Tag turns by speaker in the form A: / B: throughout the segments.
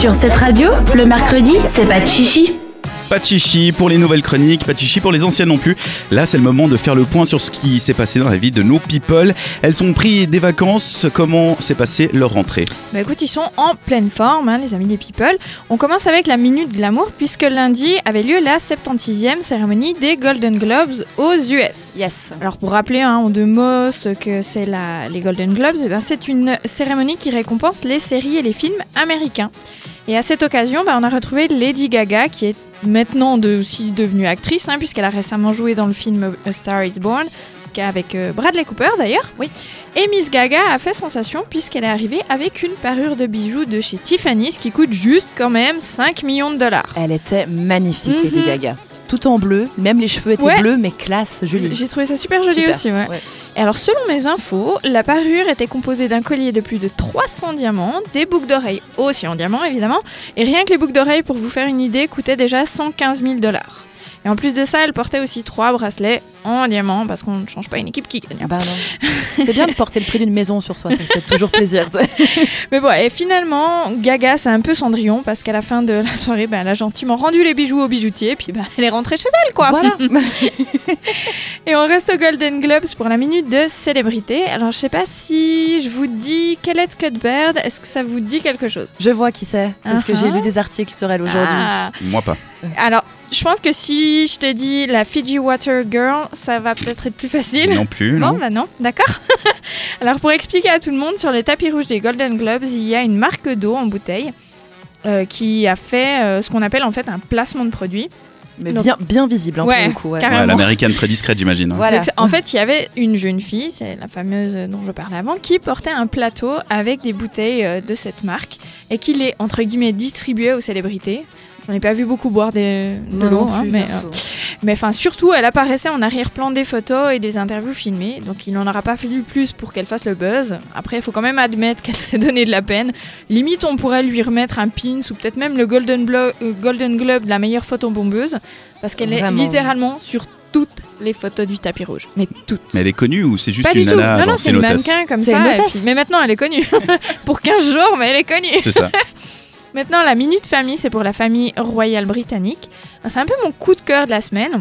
A: Sur cette radio, le mercredi, c'est pas de chichi.
B: Pas de chichi pour les nouvelles chroniques, pas de chichi pour les anciennes non plus. Là, c'est le moment de faire le point sur ce qui s'est passé dans la vie de nos people. Elles ont pris des vacances. Comment s'est passée leur rentrée
C: Bah écoute, ils sont en pleine forme, hein, les amis des People. On commence avec la Minute Glamour, puisque lundi avait lieu la 76e cérémonie des Golden Globes aux US.
D: Yes.
C: Alors pour rappeler hein, en deux mots ce que c'est la, les Golden Globes, eh ben, c'est une cérémonie qui récompense les séries et les films américains. Et à cette occasion, bah, on a retrouvé Lady Gaga, qui est maintenant de- aussi devenue actrice, hein, puisqu'elle a récemment joué dans le film A Star is Born, qui est avec euh, Bradley Cooper d'ailleurs.
D: Oui.
C: Et Miss Gaga a fait sensation puisqu'elle est arrivée avec une parure de bijoux de chez Tiffany's qui coûte juste quand même 5 millions de dollars.
D: Elle était magnifique,
C: Mhm.
D: Lady Gaga. Tout en bleu, même les cheveux étaient
C: Ouais.
D: bleus, mais classe,
C: J'ai
D: jolie.
C: j'ai trouvé ça super joli
D: Super,
C: aussi. Ouais.
D: ouais.
C: Et alors selon mes infos, la parure était composée d'un collier de plus de 300 diamants, des boucles d'oreilles aussi en diamants évidemment, et rien que les boucles d'oreilles pour vous faire une idée coûtaient déjà 115 000 dollars. Et en plus de ça, elle portait aussi trois bracelets en diamant parce qu'on ne change pas une équipe qui gagne.
D: Bah non. C'est bien de porter le prix d'une maison sur soi, ça fait toujours plaisir.
C: Mais bon, et finalement, Gaga, c'est un peu Cendrillon parce qu'à la fin de la soirée, ben, elle a gentiment rendu les bijoux au bijoutier et puis ben, elle est rentrée chez elle, quoi.
D: Voilà.
C: Et on reste aux Golden Globes pour la minute de célébrité. Alors, je sais pas si je vous dis Kellette Cuthbert, est-ce que ça vous dit quelque chose
D: Je vois qui c'est, parce que
C: Uh-huh.
D: j'ai lu des articles sur elle aujourd'hui.
C: Ah.
B: Moi pas.
C: Alors, je pense que si je te dis la Fiji Water Girl, ça va peut-être être plus facile.
B: Non plus,
C: Non,
B: non
C: bah non, d'accord. Alors pour expliquer à tout le monde, sur le tapis rouge des Golden Globes, il y a une marque d'eau en bouteille euh, qui a fait euh, ce qu'on appelle en fait un placement de produit.
D: Mais
C: Donc-
D: bien, bien visible, hein,
C: Ouais,
D: pour le coup. ouais.
C: carrément.
B: Ouais, L'américaine très discrète, j'imagine. hein.
D: Voilà.
C: Donc, en fait, il y avait une jeune fille, c'est la fameuse dont je parlais avant, qui portait un plateau avec des bouteilles euh, de cette marque et qui les, entre guillemets, distribuait aux célébrités. J'en ai pas vu beaucoup boire des, de
D: Non,
C: l'eau,
D: non,
C: hein,
D: plus,
C: mais euh,
D: perso.
C: Mais enfin, surtout, elle apparaissait en arrière-plan des photos et des interviews filmées, donc il n'en aura pas fallu plus pour qu'elle fasse le buzz. Après, il faut quand même admettre qu'elle s'est donné de la peine. Limite, on pourrait lui remettre un pins ou peut-être même le Golden, Blo- euh, Golden Globe de la meilleure photo bombeuse, parce qu'elle est
D: Vraiment.
C: littéralement sur toutes les photos du tapis rouge. Mais toutes.
B: Mais elle est connue ou c'est juste
C: pas
B: une
C: du tout.
B: nana
C: non, non,
B: genre,
C: c'est une
B: hôtesse
C: mannequin comme
D: C'est
C: ça.
D: une
C: et
D: hôtesse.
C: puis- Mais maintenant, elle est connue. pour 15 jours, mais elle est connue.
B: C'est ça.
C: Maintenant, la minute famille, c'est pour la famille royale britannique. Ben, C'est un peu mon coup de cœur de la semaine.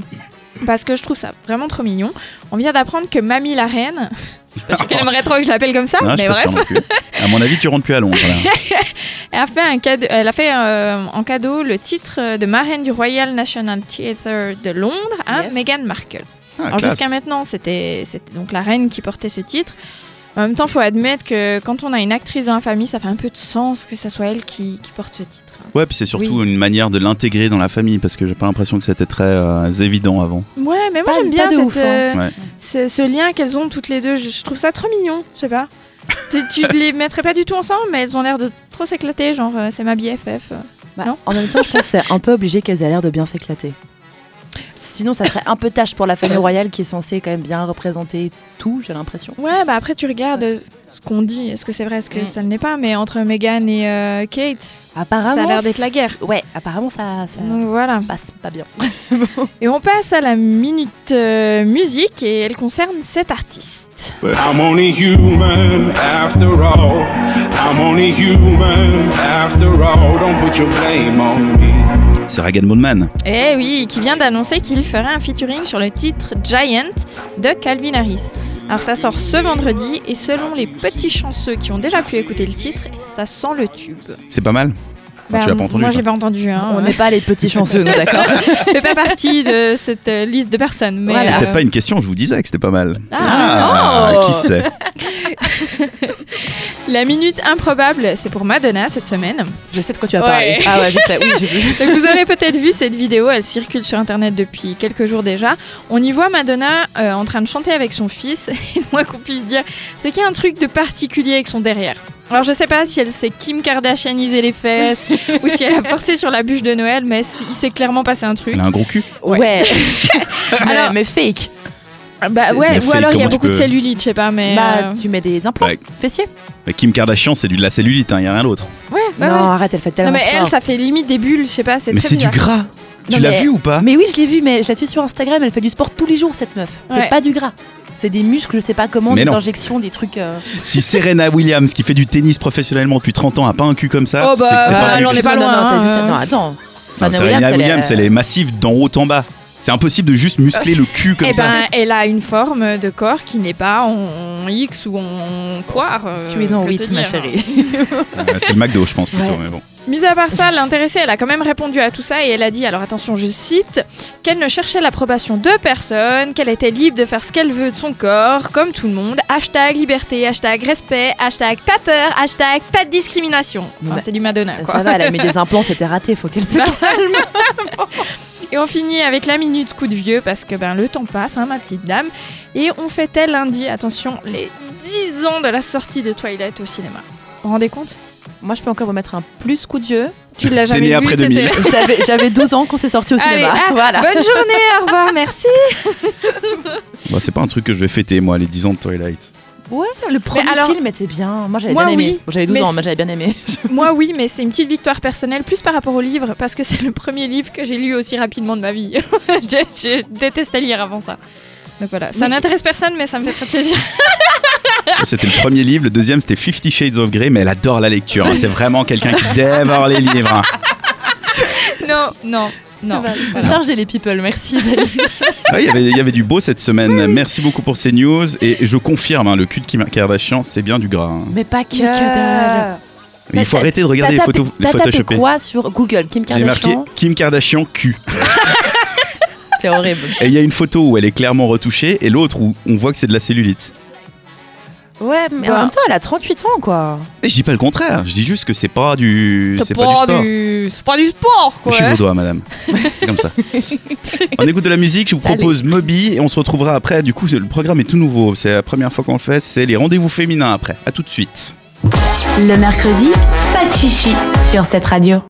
C: Parce que je trouve ça vraiment trop mignon. On vient d'apprendre que Mamie la Reine, je suis pas sûre qu'elle aimerait trop que je l'appelle comme ça,
B: Oh. Non, je suis
C: mais
B: pas
C: bref,
B: sûr non plus. À mon avis, tu rentres plus à Londres. là.
C: elle a fait, un cadeau, elle a fait euh, en cadeau le titre de marraine du Royal National Theatre de Londres à
D: Yes.
C: Meghan Markle.
B: Ah,
C: Alors
B: classe.
C: jusqu'à maintenant, c'était c'était donc la reine qui portait ce titre. En même temps, faut admettre que quand on a une actrice dans la famille, ça fait un peu de sens que ça soit elle qui, qui porte ce titre.
B: Ouais, puis c'est surtout une manière de l'intégrer dans la famille parce que j'ai pas l'impression que c'était très euh, évident avant.
C: Ouais, mais moi
D: Pas-
C: j'aime
D: pas
C: bien
D: de
C: cette,
D: ouf, hein.
C: euh,
B: Ouais.
C: ce, ce lien qu'elles ont toutes les deux. Je, je trouve ça trop mignon, je sais pas. tu, tu les mettrais pas du tout ensemble, mais elles ont l'air de trop s'éclater. Genre, euh, c'est ma BFF. euh.
D: Bah,
C: Non
D: en même temps, je pense que c'est un peu obligé qu'elles aient l'air de bien s'éclater. Sinon, ça ferait un peu tâche pour la famille royale qui est censée quand même bien représenter tout, j'ai l'impression.
C: Ouais, bah après tu regardes euh, ce qu'on dit. Est-ce que c'est vrai, est-ce que
D: Mm.
C: ça ne l'est pas Mais entre Meghan et euh, Kate,
D: Apparemment.
C: ça a l'air d'être la guerre.
D: Ouais, apparemment, ça, ça
C: Donc voilà.
D: passe pas bien.
C: Et on passe à la minute euh, musique et elle concerne cet artiste.
E: But I'm only human after all. I'm only human after all. Don't put your blame on me.
B: C'est Ragan Bondman.
C: Eh oui, qui vient d'annoncer qu'il ferait un featuring sur le titre Giant de Calvin Harris. Alors ça sort ce vendredi et selon les petits chanceux qui ont déjà pu écouter le titre, ça sent le tube. Bah,
B: C'est pas mal. Ah, tu l'as pas entendu,
C: moi
B: ça.
C: j'ai pas entendu, hein.
D: On n'est pas les petits chanceux, nous, d'accord
C: je fais pas partie de cette euh, liste de personnes. Mais
D: Voilà.
B: C'était
C: euh,
B: Ah, peut-être pas une question, je vous disais que c'était pas mal.
C: Ah.
B: qui sait
C: la minute improbable, c'est pour Madonna cette semaine.
D: Je sais de quoi tu as
C: Ouais.
D: parlé. Ah ouais, je sais, oui, j'ai vu.
C: Donc, vous aurez peut-être vu cette vidéo, elle circule sur internet depuis quelques jours déjà. On y voit Madonna euh, en train de chanter avec son fils. Et moi qu'on puisse dire, c'est qu'il y a un truc de particulier avec son derrière. Alors je sais pas si elle s'est Kim Kardashianiser les fesses ou si elle a forcé sur la bûche de Noël, mais c- il s'est clairement passé un truc.
B: Elle a un gros cul.
D: Ouais. mais,
C: Alors-
D: mais fake.
B: Ah,
C: Bah ouais,
B: Mais
C: ou alors il y
B: comment
C: a
B: tu
C: beaucoup de
B: peux-
C: cellulite, je sais pas, mais.
D: Bah,
C: euh,
D: tu mets des implants
B: Ouais.
D: fessiers.
B: Mais Kim Kardashian, c'est du de la cellulite, hein, y a rien d'autre.
C: Ouais, ouais,
D: non,
C: ouais.
D: arrête, elle fait
C: Non,
D: tellement
C: mais
D: de
C: elle,
D: sport.
C: ça fait limite des bulles, je sais pas, c'est
B: Mais
C: très
B: c'est du
C: bizarre.
B: gras.
D: Non,
B: Tu l'as
D: mais-
B: vu ou pas
D: Mais oui, je l'ai vu, mais je la suis sur Instagram, elle fait du sport tous les jours, cette meuf. C'est
C: Ouais.
D: pas du gras. C'est des muscles, je sais pas comment,
B: Mais
D: des
B: non.
D: injections, des trucs. euh,
B: Si Serena Williams, qui fait du tennis professionnellement depuis 30 ans, a pas un cul comme ça,
C: Oh bah,
B: c'est que c'est
C: bah,
B: pas
C: elle en est
B: juste.
C: pas
D: non,
C: loin,
D: Non, non, t'as
C: hein.
D: vu ça Non, attends.
B: Non,
D: Serena
B: Serena
D: Williams, elle est-
B: Williams, elle est massive d'en haut en bas. C'est impossible de juste muscler le cul comme
C: Eh
B: ça.
C: ben, elle a une forme de corps qui n'est pas en X ou en poire. euh,
D: Tu es en
C: que te
D: 8, ma
C: dire.
D: chérie.
B: Euh, C'est le McDo, je pense plutôt.
D: Ouais.
B: Mais bon.
C: Mis à part ça, l'intéressée, elle a quand même répondu à tout ça et elle a dit, alors attention, je cite, qu'elle ne cherchait l'approbation de personne, qu'elle était libre de faire ce qu'elle veut de son corps, comme tout le monde. Hashtag liberté, hashtag respect, hashtag pas peur, hashtag pas de discrimination. Enfin,
D: Bah,
C: c'est du Madonna, quoi.
D: Ça va, elle a mis des implants, c'était raté, faut qu'elle se
C: Bah, calme. Et on finit avec la minute coup de vieux parce que ben, le temps passe, hein, ma petite dame. Et on fêtait lundi, attention, les 10 ans de la sortie de Twilight au cinéma. Vous vous rendez compte
D: Moi, je peux encore vous mettre un plus coup de vieux.
C: Tu l'as
B: T'es
C: jamais
B: né
C: vu
B: après
C: t'étais-
B: 2000.
D: J'avais j'avais 12 ans quand c'est sorti au
C: Allez,
D: cinéma.
C: ah,
D: voilà.
C: Bonne journée, au revoir, merci.
B: Bah, c'est pas un truc que je vais fêter, moi, les 10 ans de Twilight.
D: Ouais, le premier
C: alors-
D: film était bien. Moi, j'avais
C: Moi,
D: bien aimé.
C: oui.
D: Bon, J'avais 12
C: Mais
D: ans,
C: c'est-
D: mais j'avais bien aimé.
C: Moi oui, mais c'est une petite victoire personnelle, plus par rapport au livre, parce que c'est le premier livre que j'ai lu aussi rapidement de ma vie. je, je détestais lire avant ça. Donc voilà, ça
D: Mais-
C: n'intéresse personne, mais ça me fait très plaisir.
B: Ça, C'était le premier livre. Le deuxième, c'était Fifty Shades of Grey, mais elle adore la lecture. hein. C'est vraiment quelqu'un qui dévore les livres. hein.
C: non, non, non.
D: Chargez les people, merci.
B: Ah, Il y avait- il y avait du beau cette semaine. Merci beaucoup pour ces news. Et je confirme, hein, le cul de Kim Kardashian, c'est bien du gras. hein.
D: mais pas que.
C: dalle.
B: Il faut
D: T'as-
B: arrêter de
D: T'as
B: regarder les
D: tapé-
B: photos, les
D: T'as tapé
B: photoshopées.
D: quoi sur Google Kim
B: J'ai marqué
D: Kardashian
B: Kim Kardashian cul.
D: C'est horrible.
B: Et il y a une photo où elle est clairement retouchée et l'autre où on voit que c'est de la cellulite.
D: Ouais, mais
C: Bah.
D: en même temps, elle a 38 ans, quoi.
B: Et je dis pas le contraire, je dis juste que c'est pas du. C'est pas, du sport.
C: du, c'est pas du sport, quoi.
B: Je suis
C: hein.
B: vos doigts, madame. C'est comme ça. on écoute de la musique, je vous propose Moby et on se retrouvera après. Du coup, c'est- le programme est tout nouveau. C'est la première fois qu'on le fait. C'est les rendez-vous féminins après. À tout de suite.
A: Le mercredi, pas de chichi sur cette radio.